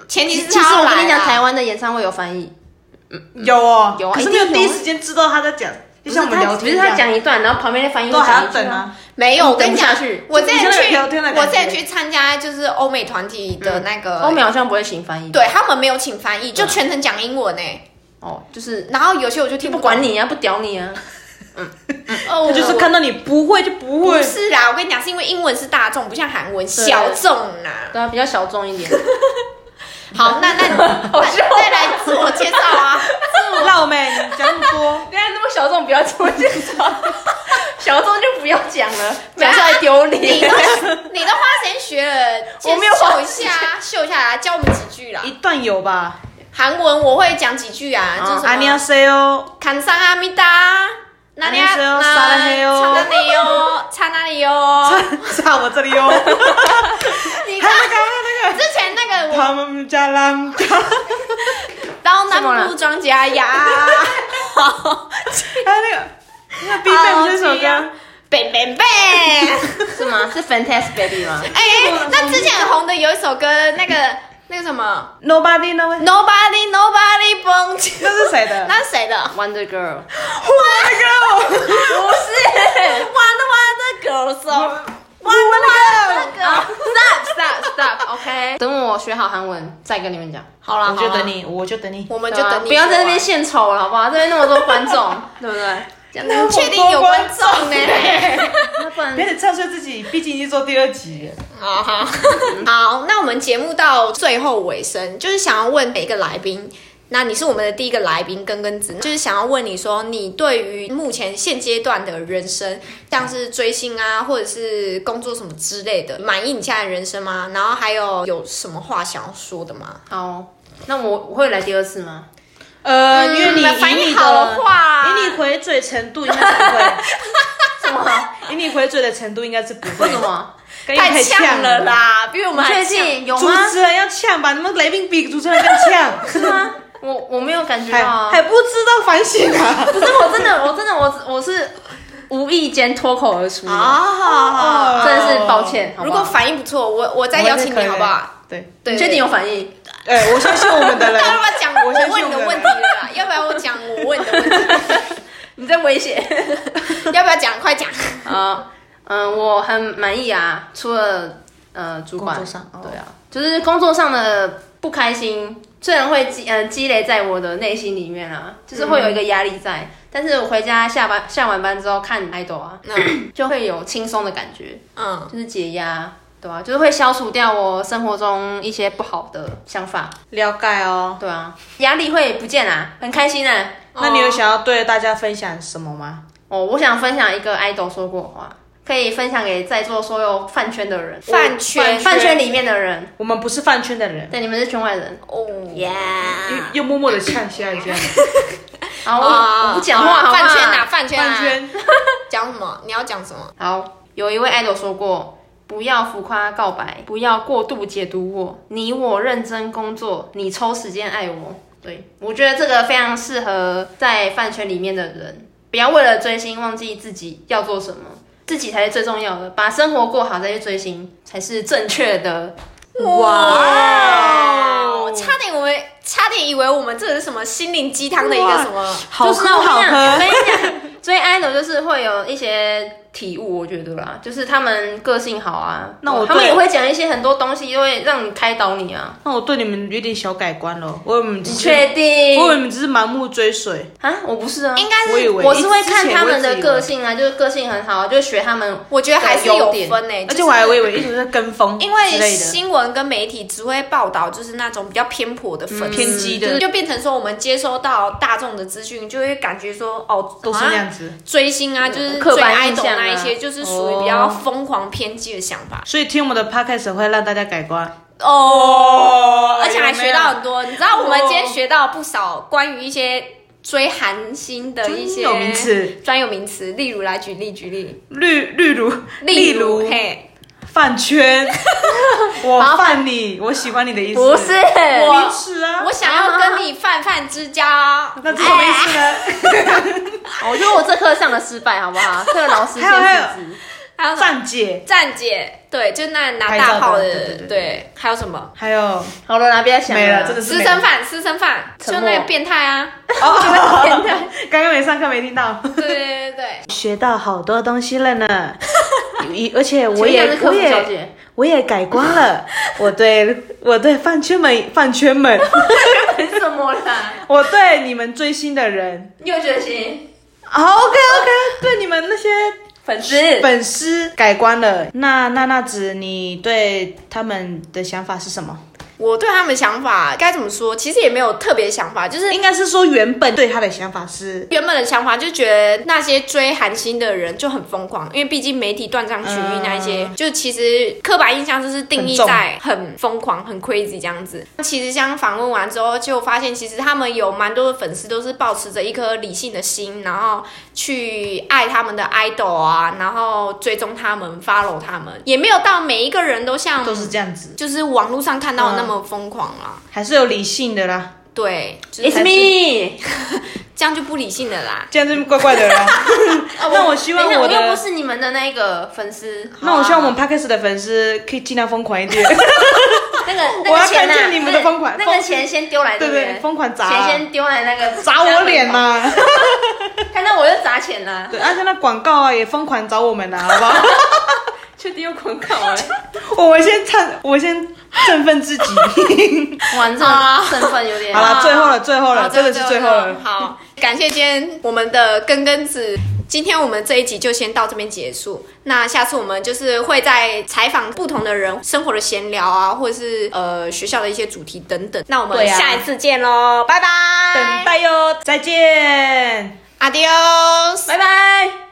S1: 前提
S3: 其
S1: 是
S3: 其实
S1: 他要
S3: 我跟
S1: 来
S3: 你讲，
S1: 啊
S3: 台湾的演唱会有翻译，
S2: 有哦，
S3: 有啊
S2: 可是
S3: 一
S2: 没
S3: 定
S2: 有第一
S3: 有啊
S2: 时间知道他在讲，就像我们聊
S3: 不是
S2: 天一
S3: 他
S2: 样，
S3: 讲一段，然后旁边的翻译
S2: 都
S3: 会
S2: 还要
S3: 讲一句
S2: 等
S3: 话。
S2: 啊。
S1: 没有，我跟你讲
S3: 等不下去，
S1: 我之前
S2: 你现在
S1: 去，
S2: 聊天的感觉嗯
S1: 我之前去参加就是欧美团体的那个，
S3: 欧美好像不会请翻译，
S1: 对他们没有请翻译，就全程讲英文诶。
S3: 哦，就是
S1: 然后有些我就听
S3: 不
S1: 懂
S3: 管，你啊，不屌你啊， [LAUGHS]
S1: 哦，
S2: 他就是看到你不会就不
S1: 不
S2: 会，
S1: 是啦，我跟你讲，是因为英文是大众，不像韩文
S3: 对
S1: 小众啦。
S3: 对啊，比较小众 [LAUGHS] 一点。
S1: 好，那那你 [LAUGHS] 再来自我介绍啊。
S2: 辣妹，你讲那么
S3: [LAUGHS]
S2: 多，
S3: 现在那么小众，不要这么介绍， [LAUGHS] 小众就不要讲了， [LAUGHS] 讲出来丢
S1: 你
S3: 脸
S1: 都。
S3: [LAUGHS]
S1: 你都花时间学了，
S3: 我没有花
S1: 秀一下啊，秀一下来，教我们几句啦
S2: 一。段有吧？
S1: 韩文我会讲几句啊，就是什
S2: 阿尼亚
S1: 么
S2: 塞哦， [LAUGHS]
S1: 看上阿米达，那里啊，
S2: 안녕하세
S1: 那
S2: 요사랑해요
S3: 哦
S1: 差那里
S3: [LAUGHS]
S1: 哟，差那哦里哟。
S2: 在我这里哦。
S1: 你看那个之前那个我
S2: 他们家啦，
S1: 当
S3: 什么
S1: 南
S3: 了
S1: 部庄家
S3: [LAUGHS]
S1: 呀，
S2: 还有那个那 B Ban 这首
S3: 啊
S2: 歌，
S1: 贝贝贝。
S3: [LAUGHS] 是吗？是 Fantastic Baby 吗？
S1: 哎，那之前很红的有一首歌，那个那个什么
S2: Nobody Nobody，
S1: Nobody Nobody 蹦起，
S2: 那是谁的？
S1: 那是谁的？
S3: Wonder Girl， [LAUGHS]
S2: 那个
S1: 不是 Wonder Wonder Girls 哦。
S2: Wonder Girl。
S3: [LAUGHS] Stop Stop OK，等我学好韩文再跟你们讲，
S1: 好啦，
S2: 我就
S1: 好啦
S2: 等，你，我就等你。
S1: 我们就
S3: 对吧
S1: 等你。
S3: 不要在那边。献丑了，好不好？这边那么多观众，对不对？这样
S1: 你确定有观众呢？
S3: 那不然
S2: 别得唱衰自己，毕竟已经做第二集了。
S1: 好好 [LAUGHS] 好，那我们节目到最后尾声，就是想要问每一个来宾。那你是我们的第一个来宾根根子，就是想要问你说，你对于目前现阶段的人生，像是追星啊，或者是工作什么之类的，满意你现在的人生吗？然后还有有什么话想要说的吗？
S3: 好，那我我会来第二次吗？
S2: 呃，因为你
S1: 嗯反
S2: 以
S1: 应
S2: 你
S1: 好的
S2: 的，
S1: 话，
S2: 以你回嘴程度应该是不 [LAUGHS] 会，
S3: 什么？
S2: 以你回嘴的程度应该是不 [LAUGHS] 会
S3: 为什。么？
S2: 跟你
S1: 太
S2: 呛
S1: 呛了！啦，比我们还
S3: 确
S1: 呛。
S3: 定有
S2: 主
S3: 吗？
S2: 持人要呛吧，你们来宾比主持人更呛，
S3: 是
S2: [LAUGHS]
S3: 吗？ [LAUGHS] 我我没有感觉
S2: 还
S3: 到啊。
S2: 还不知道反省 [LAUGHS] 啊！
S3: [LAUGHS] 不是，我真的，我真的，我我是无意间脱口而出的，
S2: 啊
S1: 啊
S3: 真的是抱歉。好不
S1: 如
S3: 好
S1: 果反应不错，我我再邀请你好不好？？
S2: 对，
S1: 对，
S3: 你确定有反应，
S2: 哎，我相信我们的人
S1: 那要不要讲我
S2: 我相信
S1: 问你的
S2: 我们
S1: 问题了啦？要不要我讲我问你的问
S3: 你在威胁
S1: 题？ [LAUGHS] 要不要讲？快讲！
S3: 啊？嗯，我很满意啊，除了呃主管啊
S2: 工作上哦
S3: 对啊，就是工作上的不开心，虽然会积呃积累在我的内心里面啊，就是会有一个压力在，但是我回家下班下完班之后看 idol 啊， [COUGHS] 就会有轻松的感觉，
S1: 嗯，
S3: 就是解压，对啊，就是会消除掉我生活中一些不好的想法，
S2: 了解哦。
S3: 对啊，压力会不见啊，很开心啊。
S2: 那你有想要对大家分享什么吗？
S3: 哦，我想分享一个 idol 说过的话，可以分享给在座所有饭圈的人，
S1: 饭圈
S3: 饭饭圈里面的人，
S2: 我们不是饭圈的人，
S3: 对，你们是圈外人。
S1: 哦耶！
S2: 又默默的呛下一下。
S3: 好，我、哦我不讲话，
S1: 哦
S3: 好不好
S1: 饭圈啊，饭圈
S2: 饭
S1: 啊，
S2: 圈，
S1: 讲什么？你要讲什么？
S3: 好，有一位 idol 说过，不要浮夸告白，不要过度解读我，你我认真工作，你抽时间爱我。对，我觉得这个非常适合在饭圈里面的人，不要为了追星忘记自己要做什么，自己才是最重要的，把生活过好再去追星才是正确的。
S1: 哇
S2: 哇！
S1: 差点我们差点以为我们这是什么心灵鸡汤的一个什么？
S2: 好
S3: 就是
S2: 喝
S3: 我
S2: 好
S3: 跟你讲
S2: 喝。
S3: 跟你讲，追 idol 就是会有一些体悟，我觉得啦，就是他们个性好啊，
S2: 那我
S3: 他们
S2: 对
S3: 也会讲一些很多东西，就会让你开导你啊。
S2: 那我对你们有点小改观了，我以为你们只
S3: 你
S2: 是，
S3: 确定？
S2: 我以为你们只是盲目追随。
S3: 嗯啊，我不是啊，
S1: 应该
S2: 我以
S1: 是，
S2: 为
S3: 我是会看他们的个，性啊，就是个性很好，就学他们。
S1: 我觉得还是有
S3: 有点
S1: 分诶，
S2: 而
S1: 哎就是
S2: 且我还以为一直在跟风
S1: [LAUGHS]
S2: 之
S1: 因为
S2: 类的。
S1: 新闻跟媒体只会报道就是那种比较偏颇的粉丝、
S2: 偏激的
S1: 就是就变成说我们接收到大众的资讯，就会感觉说哦，
S2: 都是
S1: 好
S2: 那
S1: 像
S2: 样子，
S1: 追星啊，就是
S3: 刻
S1: 追
S3: 板
S1: idol
S3: 印象啊
S1: 那一些，就是属于比较疯狂偏激的想法
S2: 所以听我们的 podcast 会让大家改观。
S1: 哦。
S2: 哦
S1: 而且还学到很多，你知道我们今天学到不少关于一些追韩星的一些
S2: 专有名词，
S1: 专有名词，例如来举例举例，
S2: 绿绿如，
S1: 例
S2: 如
S1: 嘿，
S2: 饭
S1: [LAUGHS]
S2: 圈，我饭你，我喜欢你的意思。
S3: 不是，
S1: 我
S2: 零食啊，
S1: 我想要跟你泛泛之交，哎
S2: 那这什么意思呢？ [LAUGHS]
S3: 我觉得我这课上的失败，好不好？这个老师先
S2: 还有还有
S3: 制止。
S1: 还有什么
S2: 站姐，
S1: 站姐，对，就那拿
S2: 拍照的
S1: 大炮
S2: 对对
S1: 的，
S2: 对
S1: 对，还有什么
S2: 还有
S3: 好了啦，不要想
S2: 没了，真的是
S1: 私
S2: 没
S1: 生
S2: 了。
S1: 饭，私生饭，就
S3: 沉默
S1: 那个变态 [LAUGHS] 啊，
S2: 哦， [LAUGHS] 刚刚没上课没听到，
S1: 对对对对对，
S2: 学到好多东西了呢。一而且我
S3: 我也
S2: 也
S3: 是客
S2: 我
S3: 服小
S2: 也
S3: 姐，
S2: 我也改观了，我对我对饭圈们饭圈们，
S3: 凭 [LAUGHS] 什么啦？
S2: 我对你们追星的人
S3: 你有决心？
S2: ，OK OK，对你们那些
S3: [LAUGHS] 粉丝
S2: 粉丝改观了。那那那子，你对他们的想法是什么？
S1: 我对他们想法该怎么说？其实也没有特别想法，就是
S2: 应该是说原本对他的想法是，
S1: 原本的想法就觉得那些追韩星的人就很疯狂，因为毕竟媒体断章取义那一些，就其实刻板印象就是定义
S2: 嗯很重
S1: 在很疯狂、很 crazy 这样子。其实像访问完之后，就发现其实他们有蛮多的粉丝都是保持着一颗理性的心，然后去爱他们的 idol 啊，然后追踪他们、follow 他们，也没有到每一个人都像
S2: 都是这样子，
S1: 就是网络上看到的那么疯狂啦。
S2: 还是有理性的啦，
S1: 对，就是
S3: ，It's
S1: 还是
S3: me。
S1: 这样就不理性的啦。
S2: 这样就怪怪的啦。那我希望
S3: 等一下
S2: 我
S3: 哦我又不
S2: 的，
S3: 是你们的啊那个粉丝，
S2: 那我希望我们 podcast 的粉丝可以尽量疯狂一点，
S3: 那个那
S2: 我
S3: 个
S2: 要
S3: 钱
S2: 看
S3: 啊，
S2: 见你们的疯狂
S3: 那个钱先丢来，
S2: 对
S3: 不
S2: 不对？疯狂砸
S3: 钱
S2: 啊，
S3: 先丢来那个
S2: 砸我脸啊
S3: 呐！
S2: 呐！
S3: 看到我就砸钱啦，
S2: 对，而且那广告啊也疯狂找我们呐，好不 [LAUGHS] 好？
S3: 确定有广告哎。
S2: [LAUGHS] 我们先唱，我先振奋自己。
S3: 哇，你这种身份有
S2: [LAUGHS]
S3: 点
S2: 啊
S3: 啊
S2: 好了，最后了，最后
S1: 好
S2: 了，真的是最后了。
S1: 好，感谢今天我们的根根子。今天我们这一集就先到这边结束。那下次我们就是会在采访不同的人生活的闲聊啊，或者是呃学校的一些主题等等。那我们
S2: 对啊
S1: 下一次见喽，拜拜，
S2: 等待哟，再见。
S1: ，adios，
S3: 拜拜。